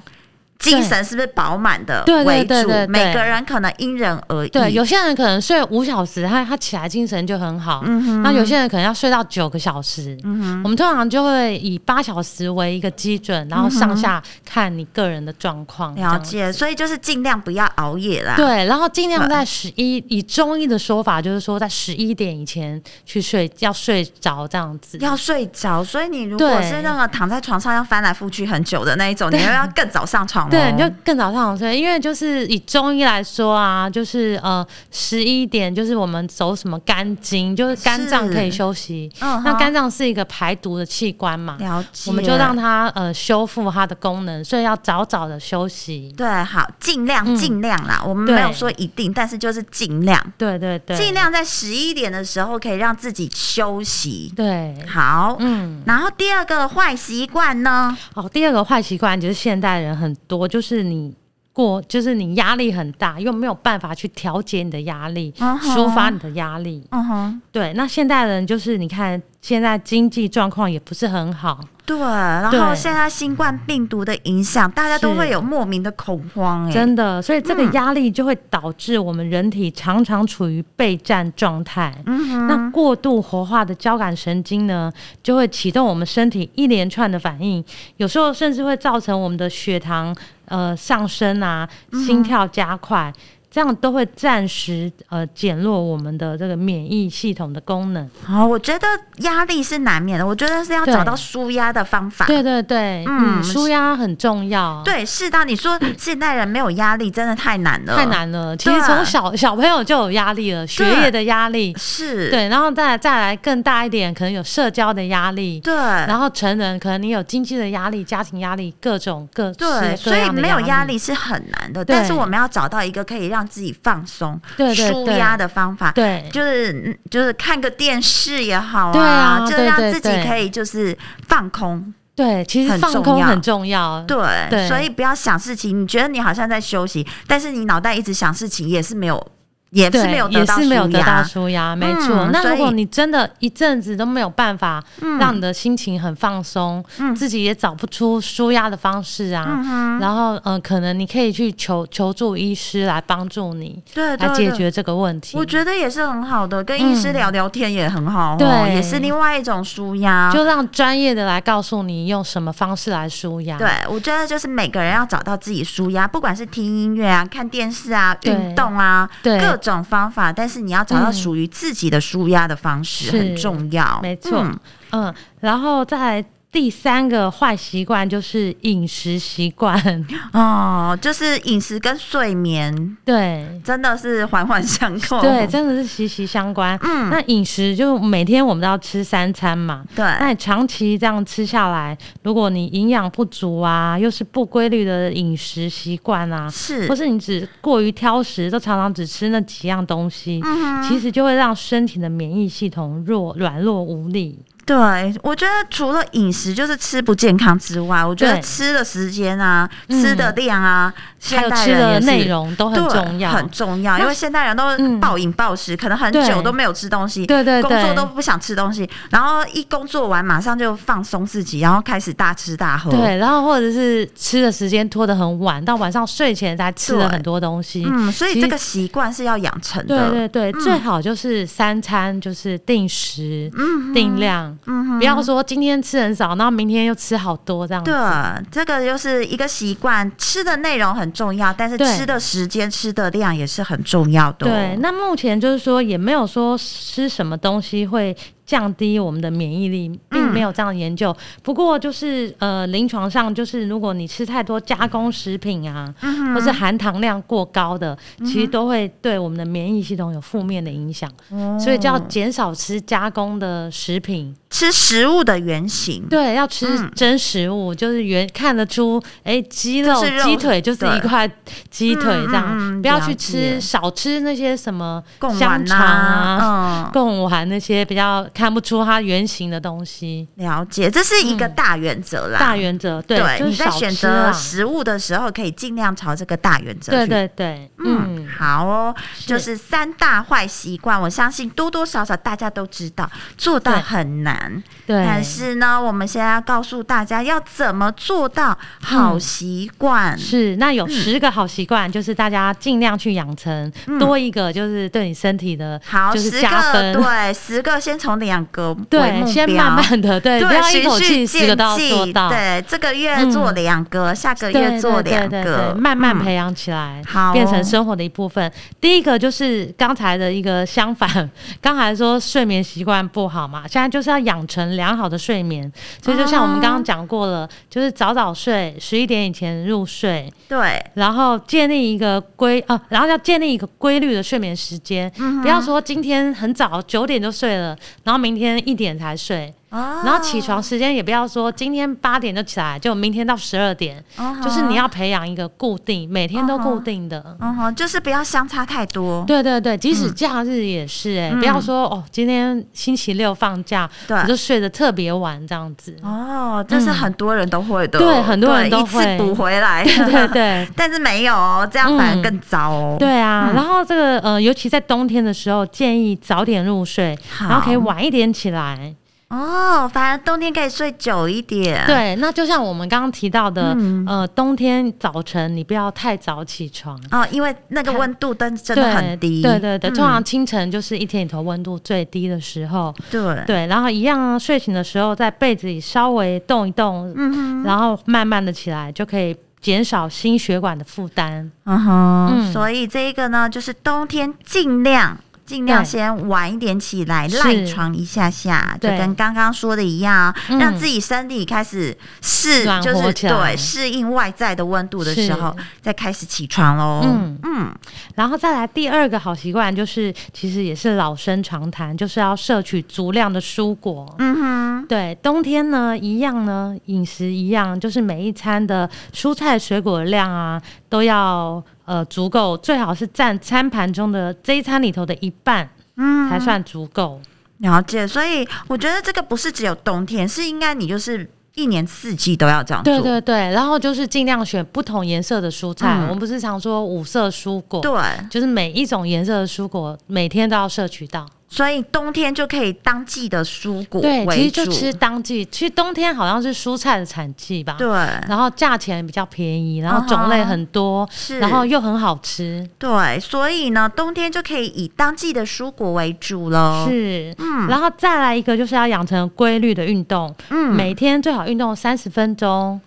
Speaker 3: 精神是不是饱满的
Speaker 2: 对对
Speaker 3: 为
Speaker 2: 对
Speaker 3: 主
Speaker 2: 对对？
Speaker 3: 每个人可能因人而异。
Speaker 2: 对，有些人可能睡五小时，他他起来精神就很好，
Speaker 3: 嗯
Speaker 2: 那有些人可能要睡到九个小时。我们通常就会以八小时为一个基准，然后上下看你个人的状况。这
Speaker 3: 嗯了
Speaker 2: 样
Speaker 3: 解，所以就是尽量不要熬夜啦。
Speaker 2: 对，然后尽量在十一，以中医的说法就是说，在十一点以前去睡，要睡着这样子。
Speaker 3: 要睡着，所以你如果
Speaker 2: 对
Speaker 3: 是那个躺在床上要翻来覆去很久的那一种，你又要更早上床哦。
Speaker 2: 对，你就更早上床睡，因为就是以中医来说啊，就是呃十一点就是我们走什么肝经，就是肝脏
Speaker 3: 是
Speaker 2: 可以休息。
Speaker 3: 嗯
Speaker 2: 那
Speaker 3: 哼
Speaker 2: 肝脏是一个排毒的器官嘛，
Speaker 3: 了解，
Speaker 2: 我们就让它呃修复它的功能，所以要早早的休息。
Speaker 3: 对，好，尽量
Speaker 2: 嗯
Speaker 3: 尽量啦，我们
Speaker 2: 对
Speaker 3: 没有说一定，但是就是尽量，
Speaker 2: 对对对，
Speaker 3: 尽量在十一点的时候可以让自己休息。
Speaker 2: 对，
Speaker 3: 好，
Speaker 2: 嗯。
Speaker 3: 然后第二个坏习惯呢，
Speaker 2: 好，第二个坏习惯就是现代人很多，就是你过，就是你压力很大，又没有办法去调节你的压力，啊
Speaker 3: 嗯哼
Speaker 2: 抒发你的压力。
Speaker 3: 嗯哼，
Speaker 2: 对，那现代人就是你看，现在经济状况也不是很好，
Speaker 3: 对，然后
Speaker 2: 对
Speaker 3: 现在新冠病毒的影响，大家都
Speaker 2: 是
Speaker 3: 会有莫名的恐慌、欸，
Speaker 2: 真的，所以这个
Speaker 3: 嗯
Speaker 2: 压力就会导致我们人体常常处于备战状态。
Speaker 3: 嗯
Speaker 2: 那过度活化的交感神经呢，就会启动我们身体一连串的反应，有时
Speaker 3: 嗯
Speaker 2: 候甚至会造成我们的血糖呃上升啊，心跳加快。这样都会暂时呃减弱我们的这个免疫系统的功能。
Speaker 3: 哦，我觉得压力是难免的，我觉得是要
Speaker 2: 对
Speaker 3: 找到舒压的方法。
Speaker 2: 对对对，
Speaker 3: 嗯
Speaker 2: 嗯，舒压很重要。。
Speaker 3: 对，是的。你说现代人没有压力，真的太难了，
Speaker 2: 太。难了，其实
Speaker 3: 对
Speaker 2: 从小小朋友就有压力了，学业的压力，
Speaker 3: 是，
Speaker 2: 对，然后再再来更大一点，可能有社交的压力，
Speaker 3: 对，
Speaker 2: 然后成人可能你有经济的压力、家庭压力，各种各
Speaker 3: 对，
Speaker 2: 式各
Speaker 3: 所以
Speaker 2: 样的
Speaker 3: 没有压
Speaker 2: 力，
Speaker 3: 力是很难的。
Speaker 2: 对
Speaker 3: 但是我们要找到一个可以让自己放松、
Speaker 2: 对对
Speaker 3: 舒
Speaker 2: 对
Speaker 3: 压的方法。
Speaker 2: 对
Speaker 3: 就是嗯就是看个电视也好
Speaker 2: 对啊
Speaker 3: 就
Speaker 2: 对
Speaker 3: 让
Speaker 2: 对
Speaker 3: 自己
Speaker 2: 对
Speaker 3: 可以就是放空，
Speaker 2: 对，其实
Speaker 3: 很
Speaker 2: 放
Speaker 3: 重
Speaker 2: 空
Speaker 3: 要
Speaker 2: 很重要，
Speaker 3: 对，
Speaker 2: 对
Speaker 3: 所以不要想事情。你觉得你好像在休息，但是你脑袋一直想事情，也是没有，也
Speaker 2: 对，
Speaker 3: 是没有得
Speaker 2: 也
Speaker 3: 到
Speaker 2: 是没有
Speaker 3: 舒
Speaker 2: 得到
Speaker 3: 压
Speaker 2: 舒压，没错。
Speaker 3: 嗯
Speaker 2: 那
Speaker 3: 所
Speaker 2: 如果
Speaker 3: 以
Speaker 2: 你真的一阵子都没有办法让你的心情很放松，
Speaker 3: 嗯
Speaker 2: 自己也找不出舒压的方式啊，然后呃，可能你可以去求求助医师来帮助你，
Speaker 3: 对对
Speaker 2: 来解
Speaker 3: 对
Speaker 2: 决这个问题。
Speaker 3: 我觉得也是很好的，跟医师
Speaker 2: 嗯
Speaker 3: 聊聊天也很好、哦
Speaker 2: 对
Speaker 3: 也是另外一种舒压。
Speaker 2: 就让专业的来告诉你用什么方式来舒压。
Speaker 3: 对，我觉得就是每个人要找到自己舒压，不管是听音乐啊、看电视啊、
Speaker 2: 对
Speaker 3: 运动啊，
Speaker 2: 对
Speaker 3: 各种方法，但是你要找到
Speaker 2: 嗯
Speaker 3: 属于自己的舒压的方式，
Speaker 2: 是
Speaker 3: 很重要。
Speaker 2: 没错
Speaker 3: 嗯
Speaker 2: 嗯，然后再来第三个坏习惯就是饮食习 惯，
Speaker 3: 哦，就是饮食跟睡眠
Speaker 2: 对。
Speaker 3: 真的是环环相扣。
Speaker 2: 对，真的是息息相关。
Speaker 3: 哦嗯
Speaker 2: 那饮食就每天我们都要吃三餐嘛。那
Speaker 3: 对
Speaker 2: 你长期这样吃下来，如果你营养不足啊，又是不规律的饮食习惯啊，
Speaker 3: 是
Speaker 2: 或是你只过于挑食，都常常只吃那几样东西，
Speaker 3: 嗯哼
Speaker 2: 其实就会让身体的免疫系统弱、软弱无力。
Speaker 3: 对，我觉得除了饮食就是吃不健康之外，我觉得
Speaker 2: 对
Speaker 3: 吃的时间啊、
Speaker 2: 嗯
Speaker 3: 吃的量啊，
Speaker 2: 还有
Speaker 3: 现代
Speaker 2: 吃
Speaker 3: 人
Speaker 2: 的
Speaker 3: 也是
Speaker 2: 内容都很
Speaker 3: 对
Speaker 2: 重要，
Speaker 3: 很重要，
Speaker 2: 那
Speaker 3: 因为现代人都
Speaker 2: 嗯
Speaker 3: 暴饮暴食，可能很
Speaker 2: 对
Speaker 3: 久都没有吃东西，
Speaker 2: 对对
Speaker 3: 工作
Speaker 2: 对，
Speaker 3: 都不想吃东西，然后一工作完马上就放松自己，然后开始大吃大喝。，
Speaker 2: 对，然后或者是吃的时间拖得很晚，到晚上睡前才吃了
Speaker 3: 对
Speaker 2: 很多东西。
Speaker 3: 嗯，所以
Speaker 2: 其
Speaker 3: 这
Speaker 2: 实
Speaker 3: 个习惯是要养成
Speaker 2: 对
Speaker 3: 的。嗯
Speaker 2: 对对，最好就是三餐就是定时、
Speaker 3: 嗯
Speaker 2: 定量，不要说今天吃很少，然后明天又吃好多这样子。
Speaker 3: 对这个就是一个习惯，吃的内容很重要，但是
Speaker 2: 对
Speaker 3: 吃的时间、吃的量也是很重要的哦。
Speaker 2: 对，那目前就是说也没有说吃什么东西会降低我们的免疫力，
Speaker 3: 嗯
Speaker 2: 并没有这样的研究。不过就是呃，临床上就是如果你吃太多加工食品啊，
Speaker 3: 嗯
Speaker 2: 或是含糖量过高的，其实都会对我们的免疫系统有负面的影响，
Speaker 3: 哦
Speaker 2: 所以就要减少吃加工的食品。
Speaker 3: 吃食物的原型，
Speaker 2: 对，要吃
Speaker 3: 嗯
Speaker 2: 真食物，就是原看得出，哎、鸡肉、
Speaker 3: 就是肉
Speaker 2: 鸡腿就是
Speaker 3: 对
Speaker 2: 一块鸡腿这样，
Speaker 3: 嗯嗯嗯
Speaker 2: 不要
Speaker 3: 了
Speaker 2: 去
Speaker 3: 解
Speaker 2: 吃，少吃那些什么
Speaker 3: 贡
Speaker 2: 香
Speaker 3: 丸
Speaker 2: 肠啊、
Speaker 3: 啊，嗯，
Speaker 2: 贡丸那些比较看不出它原型的东西。
Speaker 3: 嗯了解，这是一个大原则啦。
Speaker 2: 嗯大原则，对，
Speaker 3: 对，
Speaker 2: 就是
Speaker 3: 你在
Speaker 2: 少
Speaker 3: 选
Speaker 2: 吃
Speaker 3: 择
Speaker 2: 啊。
Speaker 3: 食物的时候，可以尽量朝这个大原则
Speaker 2: 对
Speaker 3: 去。
Speaker 2: 对对，
Speaker 3: 嗯，
Speaker 2: 嗯，
Speaker 3: 好哦，就是三大坏习惯，我相信多多少少大家都知道，做到
Speaker 2: 对
Speaker 3: 很难。
Speaker 2: 对，
Speaker 3: 但是呢，我们现在要告诉大家要怎么做到好
Speaker 2: 嗯
Speaker 3: 习惯。
Speaker 2: 是，那
Speaker 3: 嗯
Speaker 2: 有十个好习惯，就是大家尽量去养成，
Speaker 3: 嗯
Speaker 2: 多一个就是对你身体的，
Speaker 3: 好，
Speaker 2: 就
Speaker 3: 十
Speaker 2: 是
Speaker 3: 个
Speaker 2: 加分。
Speaker 3: 对，十个先从两个为
Speaker 2: 对，
Speaker 3: 目
Speaker 2: 先
Speaker 3: 标，
Speaker 2: 慢慢的，对，不要一口
Speaker 3: 循序
Speaker 2: 气十个
Speaker 3: 渐
Speaker 2: 都要做
Speaker 3: 进。
Speaker 2: 到，
Speaker 3: 对，这个月做
Speaker 2: 嗯
Speaker 3: 两个，下个
Speaker 2: 对，
Speaker 3: 月做
Speaker 2: 对对
Speaker 3: 两
Speaker 2: 对对
Speaker 3: 个，
Speaker 2: 慢慢
Speaker 3: 嗯
Speaker 2: 培养起来，
Speaker 3: 好
Speaker 2: 变成
Speaker 3: 哦
Speaker 2: 生活的一部分。第一个就是刚才的一个相反，刚才说睡眠习惯不好嘛，现在就是要养成良好的睡眠。所以就像我们刚刚讲过了，就是早早睡，十一点以前入睡，
Speaker 3: 对。
Speaker 2: 然后建立一个规啊，然后要建立一个规律的睡眠时间，
Speaker 3: 嗯
Speaker 2: 不要说今天很早九点就睡了，然后明天一点才睡，
Speaker 3: 哦
Speaker 2: 然后起床时间也不要说今天八点就起来，就明天到十二点，
Speaker 3: 嗯哼
Speaker 2: 就是你要培养一个固定，每天都固定的。
Speaker 3: 嗯哼，就是不要相差太多。
Speaker 2: 对对对，即
Speaker 3: 嗯
Speaker 2: 使假日也是哎、不要说哦，今天星期六放假，
Speaker 3: 对
Speaker 2: 我就睡得特别晚这样子。
Speaker 3: 哦，这是
Speaker 2: 嗯
Speaker 3: 很多人都会的，哦
Speaker 2: 对很多人都
Speaker 3: 对一
Speaker 2: 会
Speaker 3: 次补回 来，
Speaker 2: 对对对，
Speaker 3: 但是没有哦，这样反而更糟哦。
Speaker 2: 对啊，然后这个呃，尤其在冬天的时候，建议早点入睡，
Speaker 3: 好
Speaker 2: 然后可以晚一点起来。
Speaker 3: 哦，反而冬天可以睡久一点。，
Speaker 2: 对，那就像我们刚刚提到的，
Speaker 3: 嗯
Speaker 2: 呃，冬天早晨你不要太早起床。
Speaker 3: 哦，因为那个温度真真的很低。
Speaker 2: 对对对，
Speaker 3: 嗯
Speaker 2: 通常清晨就是一天里头温度最低的时候。
Speaker 3: 对
Speaker 2: 对，然后一样啊睡醒的时候，在被子里稍微动一动，
Speaker 3: 嗯哼，
Speaker 2: 然后慢慢的起来，就可以减少心血管的负担。
Speaker 3: 嗯哼，
Speaker 2: 嗯
Speaker 3: 所以这一个呢，就是冬天尽量。尽量
Speaker 2: 对
Speaker 3: 先晚一点起来，
Speaker 2: 是
Speaker 3: 赖床一下下，就
Speaker 2: 对
Speaker 3: 跟刚刚说的一样啊，
Speaker 2: 嗯
Speaker 3: 让自己身体开始适，
Speaker 2: 暖
Speaker 3: 就
Speaker 2: 和
Speaker 3: 是
Speaker 2: 起来
Speaker 3: 对适应外在的温度的时候
Speaker 2: 是，
Speaker 3: 再开始起床喽。
Speaker 2: 嗯
Speaker 3: 嗯，
Speaker 2: 然后再来第二个好习惯，就是其实也是老生常谈，就是要摄取足量的蔬果。
Speaker 3: 嗯
Speaker 2: 对，冬天呢，一样呢，饮食一样，就是每一餐的蔬菜水果量啊，都要呃足够，最好是占餐盘中的这一餐里头的一半，嗯，才算足够。
Speaker 3: 了解。所以我觉得这个不是只有冬天，是应该你就是一年四季都要这样做。
Speaker 2: 对对对，然后就是尽量选不同颜色的蔬菜，
Speaker 3: 嗯
Speaker 2: 我们不是常说五色蔬果，
Speaker 3: 对，
Speaker 2: 就是每一种颜色的蔬果每天都要摄取到。
Speaker 3: 所以冬天就可以当季的蔬果
Speaker 2: 对，其
Speaker 3: 为
Speaker 2: 实
Speaker 3: 主
Speaker 2: 就。吃当季，其实冬天好像是蔬菜的产季吧。
Speaker 3: 对，
Speaker 2: 然后价钱比较便宜，然
Speaker 3: 嗯
Speaker 2: 后
Speaker 3: 哼
Speaker 2: 种类很多，
Speaker 3: 是
Speaker 2: 然后又很好吃。
Speaker 3: 对，所以呢，冬天就可以以当季的蔬果为主嗯喽。，
Speaker 2: 是，然后再来一个就是要养成规律的运动，
Speaker 3: 嗯
Speaker 2: 每天最好运动三十分钟。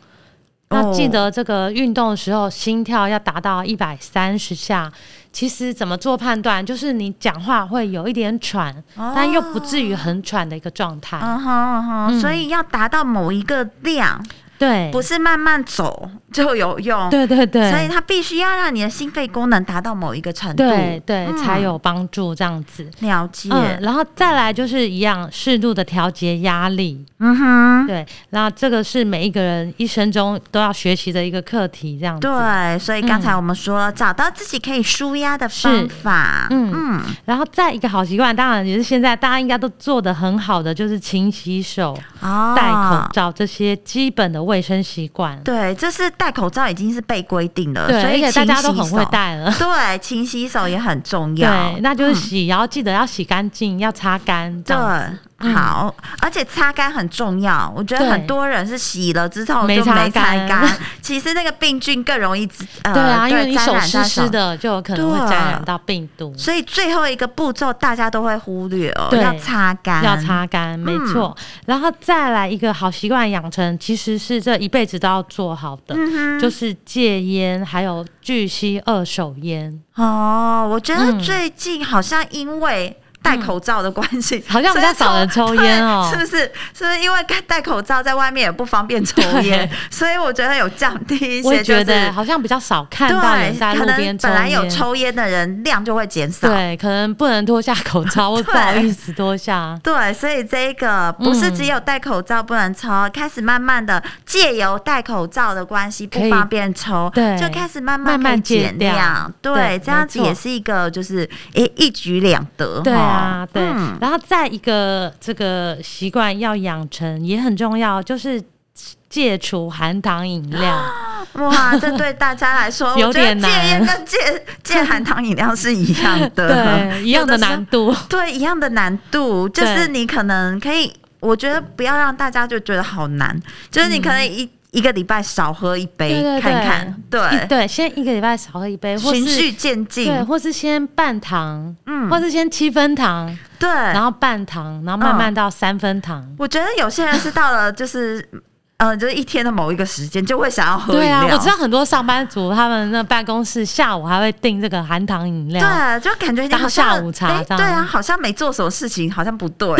Speaker 2: 那
Speaker 3: 哦
Speaker 2: 记得这个运动的时候，心跳要达到一百三十下。其实怎么做判断，就是你讲话会有一点喘，
Speaker 3: 哦
Speaker 2: 但又不至于很喘的一个状态。
Speaker 3: 嗯哼嗯哼，
Speaker 2: 嗯
Speaker 3: 所以要达到某一个量，
Speaker 2: 对，
Speaker 3: 不是慢慢走就有用。，
Speaker 2: 对对对，
Speaker 3: 所以它必须要让你的心肺功能达到某一个程度。
Speaker 2: 对对、
Speaker 3: 嗯
Speaker 2: 才有帮助这样子。
Speaker 3: 了解。
Speaker 2: 嗯，然后再来就是一样，适度的调节压力。
Speaker 3: 嗯哼。
Speaker 2: 对，那这个是每一个人一生中都要学习的一个课题，这样子。
Speaker 3: 对，所以刚才我们说了，找到自己可以舒压的方
Speaker 2: 嗯是
Speaker 3: 法。
Speaker 2: 嗯
Speaker 3: 嗯，
Speaker 2: 然后再一个好习惯，当然也是现在大家应该都做得很好的，就是勤洗手、
Speaker 3: 哦，
Speaker 2: 戴口罩这些基本的卫生习惯。
Speaker 3: 对，这是戴口罩已经是被规定了，
Speaker 2: 对，
Speaker 3: 所
Speaker 2: 而
Speaker 3: 以
Speaker 2: 且大
Speaker 3: 勤
Speaker 2: 家都
Speaker 3: 洗
Speaker 2: 很会
Speaker 3: 手。
Speaker 2: 戴了。
Speaker 3: 对，勤洗手也很重要嗯
Speaker 2: 对，。那就是洗，然后记得要洗干净，要擦干。这
Speaker 3: 对
Speaker 2: 样子，嗯
Speaker 3: 好，而且擦干很重要。我觉得
Speaker 2: 对
Speaker 3: 很多人是洗了之后
Speaker 2: 没
Speaker 3: 就
Speaker 2: 擦
Speaker 3: 没擦
Speaker 2: 干
Speaker 3: 干， 其实那个病菌更容易滋呃，
Speaker 2: 对啊，因为你
Speaker 3: 沾
Speaker 2: 手
Speaker 3: 染
Speaker 2: 湿
Speaker 3: 到
Speaker 2: 湿的，就有可能会
Speaker 3: 对
Speaker 2: 沾染到病毒。
Speaker 3: 所以最后一个步骤大家都会忽略哦，
Speaker 2: 对
Speaker 3: 要擦干，
Speaker 2: 要。擦干，没
Speaker 3: 嗯
Speaker 2: 错。然后再来一个好习惯养成，其实是这一辈子都要做好的，
Speaker 3: 嗯
Speaker 2: 就是戒烟，还有拒吸二手烟。
Speaker 3: 哦，我觉得
Speaker 2: 嗯
Speaker 3: 最近好像因为。戴口罩的关系，
Speaker 2: 嗯好像比较
Speaker 3: 所以
Speaker 2: 少人抽烟哦
Speaker 3: 对是不是？是不是因为戴口罩在外面也不方便抽烟，所以我觉得有降低一
Speaker 2: 我也
Speaker 3: 些，就
Speaker 2: 觉
Speaker 3: 是
Speaker 2: 得好像比较少看到人在
Speaker 3: 对，可
Speaker 2: 路
Speaker 3: 能
Speaker 2: 边抽
Speaker 3: 本来有
Speaker 2: 烟。
Speaker 3: 抽烟的人量就会减少。
Speaker 2: 对，可能不能脱下口罩， 或
Speaker 3: 对哦
Speaker 2: 不好意思脱下。
Speaker 3: 对，所以这一个不是只有戴口罩不能抽，开始慢慢的借由戴口罩的关系
Speaker 2: 可
Speaker 3: 不
Speaker 2: 以
Speaker 3: 方便抽，
Speaker 2: 对
Speaker 3: 就开始慢
Speaker 2: 慢
Speaker 3: 可以
Speaker 2: 慢戒
Speaker 3: 减量，对，
Speaker 2: 掉对
Speaker 3: 这样子
Speaker 2: 没错
Speaker 3: 也是一个就是诶一举两得，
Speaker 2: 对
Speaker 3: 哈
Speaker 2: 啊，对。
Speaker 3: 嗯
Speaker 2: 然后再一个这个习惯要养成也很重要，就是戒除含糖饮料。
Speaker 3: 哇，这对大家来说，
Speaker 2: 有
Speaker 3: 我觉得
Speaker 2: 点
Speaker 3: 戒
Speaker 2: 难
Speaker 3: 烟跟戒 戒含糖饮料是一样的，
Speaker 2: 对，一样的
Speaker 3: 有时候
Speaker 2: 难度。
Speaker 3: 对，一样的难度，就是
Speaker 2: 对
Speaker 3: 你可能可以，我觉得不要让大家就觉得好难，就是你可能一、一个礼拜少喝一杯，
Speaker 2: 嗯对对
Speaker 3: 看看，对，
Speaker 2: 对，先一个礼拜少喝一杯，或
Speaker 3: 循
Speaker 2: 是
Speaker 3: 序渐
Speaker 2: 对，
Speaker 3: 进，
Speaker 2: 或是先半糖，
Speaker 3: 嗯哎
Speaker 2: 或是先七分糖，
Speaker 3: 对。
Speaker 2: 然后半糖，然后慢
Speaker 3: 嗯
Speaker 2: 慢到三分糖。
Speaker 3: 我觉得有些人是到了就是，呃，就是一天的某一个时间就会想要喝饮
Speaker 2: 对啊
Speaker 3: 料，，
Speaker 2: 我知道很多上班族他们那办公室下午还会订这个含糖饮料。
Speaker 3: 对，啊就感觉你
Speaker 2: 当
Speaker 3: 好像
Speaker 2: 下午茶
Speaker 3: 诶
Speaker 2: 这样
Speaker 3: 对啊，好像没做什么事情，好像不对。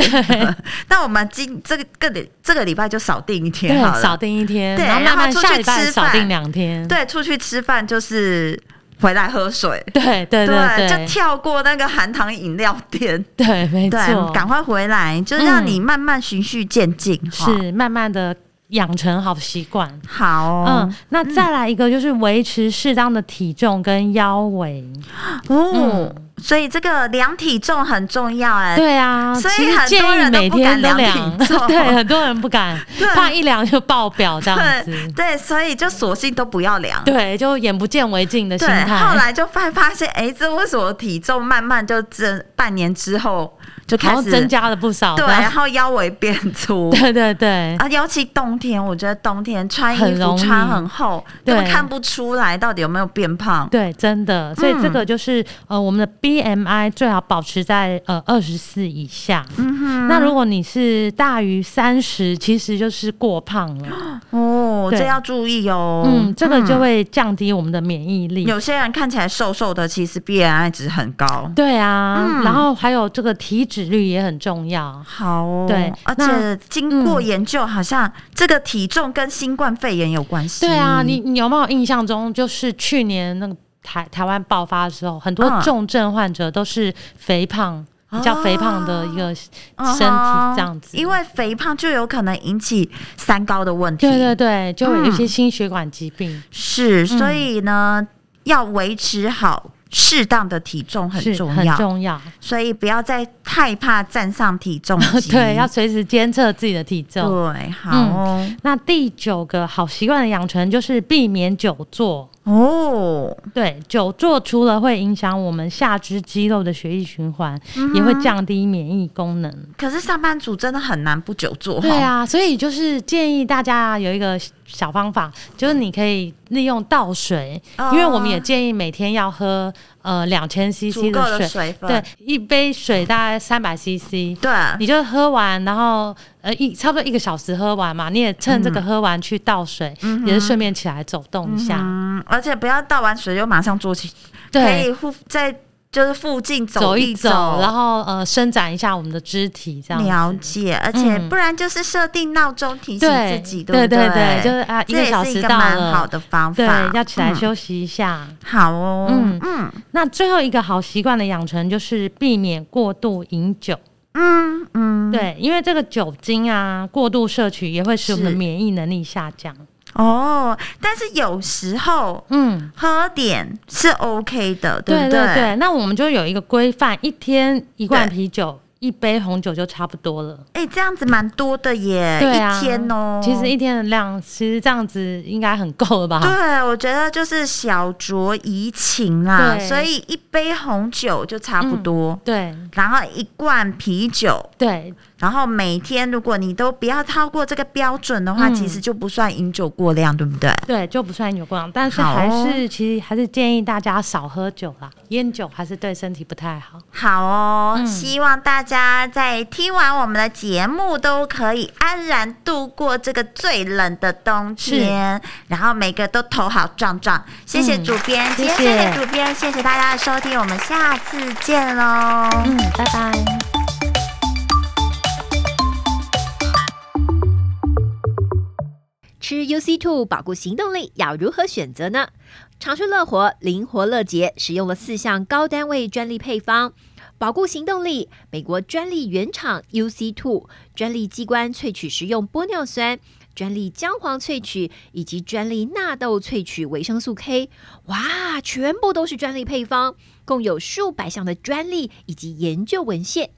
Speaker 3: 那我们今这个个礼这个礼拜就少订一天好了，
Speaker 2: 少订一天，
Speaker 3: 对
Speaker 2: 然后慢慢
Speaker 3: 然后出去
Speaker 2: 下礼拜
Speaker 3: 吃
Speaker 2: 少
Speaker 3: 饭
Speaker 2: 订两天。
Speaker 3: 对出去吃饭就是回来喝水，
Speaker 2: 对对对
Speaker 3: 就跳过那个含糖饮料店，
Speaker 2: 对对，没错
Speaker 3: 对，，赶快回来，就让你慢慢循序渐进，哈
Speaker 2: 是慢慢的养成好习惯。
Speaker 3: 好哦
Speaker 2: 嗯，那再来一个就是维持适当的体重跟腰围。嗯
Speaker 3: 哦，所以这个量体重很重要哎，
Speaker 2: 对啊，
Speaker 3: 所以
Speaker 2: 其实
Speaker 3: 很多
Speaker 2: 建议
Speaker 3: 人都
Speaker 2: 每
Speaker 3: 不
Speaker 2: 天
Speaker 3: 敢量
Speaker 2: 量
Speaker 3: 体重
Speaker 2: 对，很多人不敢
Speaker 3: 对，
Speaker 2: 怕一量就爆表这样子。
Speaker 3: 对对，所以就索性都不要量。
Speaker 2: 对，就眼不见为净的心
Speaker 3: 对，
Speaker 2: 态。
Speaker 3: 后来就发发现，哎、这为什么体重慢慢就这半年之后就
Speaker 2: 然
Speaker 3: 开
Speaker 2: 后
Speaker 3: 始
Speaker 2: 增加了不少。
Speaker 3: 对，然后腰围变粗，
Speaker 2: 对对对
Speaker 3: 啊，尤其冬天，我觉得冬天穿衣
Speaker 2: 很
Speaker 3: 服
Speaker 2: 容易
Speaker 3: 穿很厚，根本
Speaker 2: 对
Speaker 3: 看不出来到底有没有变胖。
Speaker 2: 对，真的。所以这
Speaker 3: 嗯
Speaker 2: 个就是呃，我们的 BMI 最好保持在呃二十四以下。嗯哼，那如果你是大于三十，其实就是过胖了。
Speaker 3: 哦，
Speaker 2: 对
Speaker 3: 这要注意哦。
Speaker 2: 嗯，这个就会降低我们的免疫力。
Speaker 3: 有些人看起来瘦瘦的，其实 BMI 值很高。
Speaker 2: 对啊，
Speaker 3: 嗯
Speaker 2: 然后还有这个体脂率也很重要。
Speaker 3: 好哦，
Speaker 2: 对
Speaker 3: 而
Speaker 2: 那
Speaker 3: 且经过研究，好像这个体重跟新冠肺炎有关系。
Speaker 2: 对啊，你你有没有印象中，就是去年那个台台湾爆发的时候，很多
Speaker 3: 嗯
Speaker 2: 重症患者都是肥胖，比较肥胖的一个身体这样子。
Speaker 3: 啊因为肥胖就有可能引起三高的问题。
Speaker 2: 对嗯对对，就有一些
Speaker 3: 嗯
Speaker 2: 心血管疾病。
Speaker 3: 是，所以呢，要维持好适当的体重很
Speaker 2: 是
Speaker 3: 重
Speaker 2: 很
Speaker 3: 要，
Speaker 2: 重要，
Speaker 3: 所以不要再害怕站上体重机。
Speaker 2: 对，要嗯随时监测自己的体重。
Speaker 3: 对，好哦，
Speaker 2: 那第九个好习惯的养成就是避免久坐。
Speaker 3: 哦，
Speaker 2: 对，久坐除了会影响我们下肢肌肉的血液循环，
Speaker 3: 嗯
Speaker 2: 也会降低免疫功能。
Speaker 3: 可是上班族真的很难不久坐。
Speaker 2: 对，啊，所以就是建议大家有一个小方法，就是你可以利用倒水，
Speaker 3: 哦
Speaker 2: 因为我们也建议每天要喝呃两千 CC
Speaker 3: 足够
Speaker 2: 的水，
Speaker 3: 的水分。
Speaker 2: 对，一杯水大概三百 CC。
Speaker 3: 对，
Speaker 2: 你就喝完，然后呃一差不多一个小时喝完嘛，你也趁这个喝完去倒水，也是顺便起来走动一下。
Speaker 3: 嗯，而且不要倒完水就马上坐起，可
Speaker 2: 对
Speaker 3: 以，附在就是附近
Speaker 2: 走
Speaker 3: 一
Speaker 2: 走，然后呃伸展一下我们的肢体，这样子
Speaker 3: 了解，而且
Speaker 2: 嗯
Speaker 3: 不然就是设定闹钟提醒
Speaker 2: 对
Speaker 3: 自己，
Speaker 2: 对
Speaker 3: 不对
Speaker 2: 对就是啊一
Speaker 3: 这
Speaker 2: 个
Speaker 3: 也
Speaker 2: 小
Speaker 3: 是
Speaker 2: 时
Speaker 3: 一个
Speaker 2: 到
Speaker 3: 蛮
Speaker 2: 了
Speaker 3: 好的方
Speaker 2: 对
Speaker 3: 法，，
Speaker 2: 要起来
Speaker 3: 嗯
Speaker 2: 休息一下。
Speaker 3: 好哦，
Speaker 2: 嗯
Speaker 3: 嗯嗯
Speaker 2: 那最后一个好习惯的养成就是避免过度饮酒。
Speaker 3: 嗯嗯，
Speaker 2: 对，因为这个酒精啊，过度摄取也会使我们的
Speaker 3: 是
Speaker 2: 免疫能力下降。
Speaker 3: 哦，但是有时候
Speaker 2: 嗯，
Speaker 3: 喝点是 OK 的，不
Speaker 2: 对
Speaker 3: 对？
Speaker 2: 对，那我们就有一个规范，一天一罐
Speaker 3: 对
Speaker 2: 啤酒，一杯红酒就差不多了。
Speaker 3: 哎、这样子蛮多的耶，
Speaker 2: 对啊，
Speaker 3: 一天哦，
Speaker 2: 其实一天的量，其实这样子应该很够了吧？
Speaker 3: 对，我觉得就是小酌怡情啦，
Speaker 2: 对
Speaker 3: 所以一杯红酒就差不多，
Speaker 2: 对
Speaker 3: 然后一罐啤酒，
Speaker 2: 对
Speaker 3: 然后每天如果你都不要超过这个标准的话，
Speaker 2: 嗯
Speaker 3: 其实就不算饮酒过量，对不对？
Speaker 2: 对，就不算有过量，但是
Speaker 3: 好哦
Speaker 2: 还是、其实还是建议大家少喝酒啦，烟酒还是对身体不太好。
Speaker 3: 好哦，
Speaker 2: 嗯
Speaker 3: 希望大家在听完我们的节目都可以安然度过这个最冷的冬天，然后每个都头好壮壮。谢谢
Speaker 2: 嗯
Speaker 3: 主编，
Speaker 2: 谢
Speaker 3: 今天
Speaker 2: 谢
Speaker 3: 谢谢主编，谢谢大家的收听，我们下次见喽。
Speaker 2: 嗯，拜拜。
Speaker 4: 吃 UC Two 保护行动力要如何选择呢？长春乐活灵活乐捷使用了四项高单位专利配方，保护行动力。美国专利原厂 UC Two 专利机关萃取食用玻尿酸。专利姜黄萃取以及专利纳豆萃取维生素 K，哇，全部都是专利配方，共有数百项的专利以及研究文献。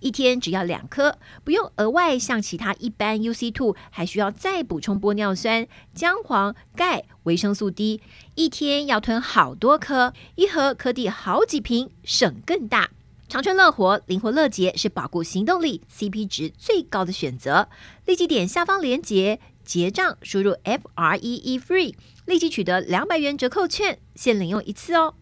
Speaker 4: 一天只要两颗，不用额外像其他一般 UC two 还需要再补充玻尿酸、姜黄、钙、维生素 D，一天要吞好多颗，一盒可抵好几瓶，省更大。长春乐活灵活乐捷是保护行动力 CP 值最高的选择，立即点下方链接结账，输入 F R E E FREE，立即取得两百元折扣券，限领用一次哦。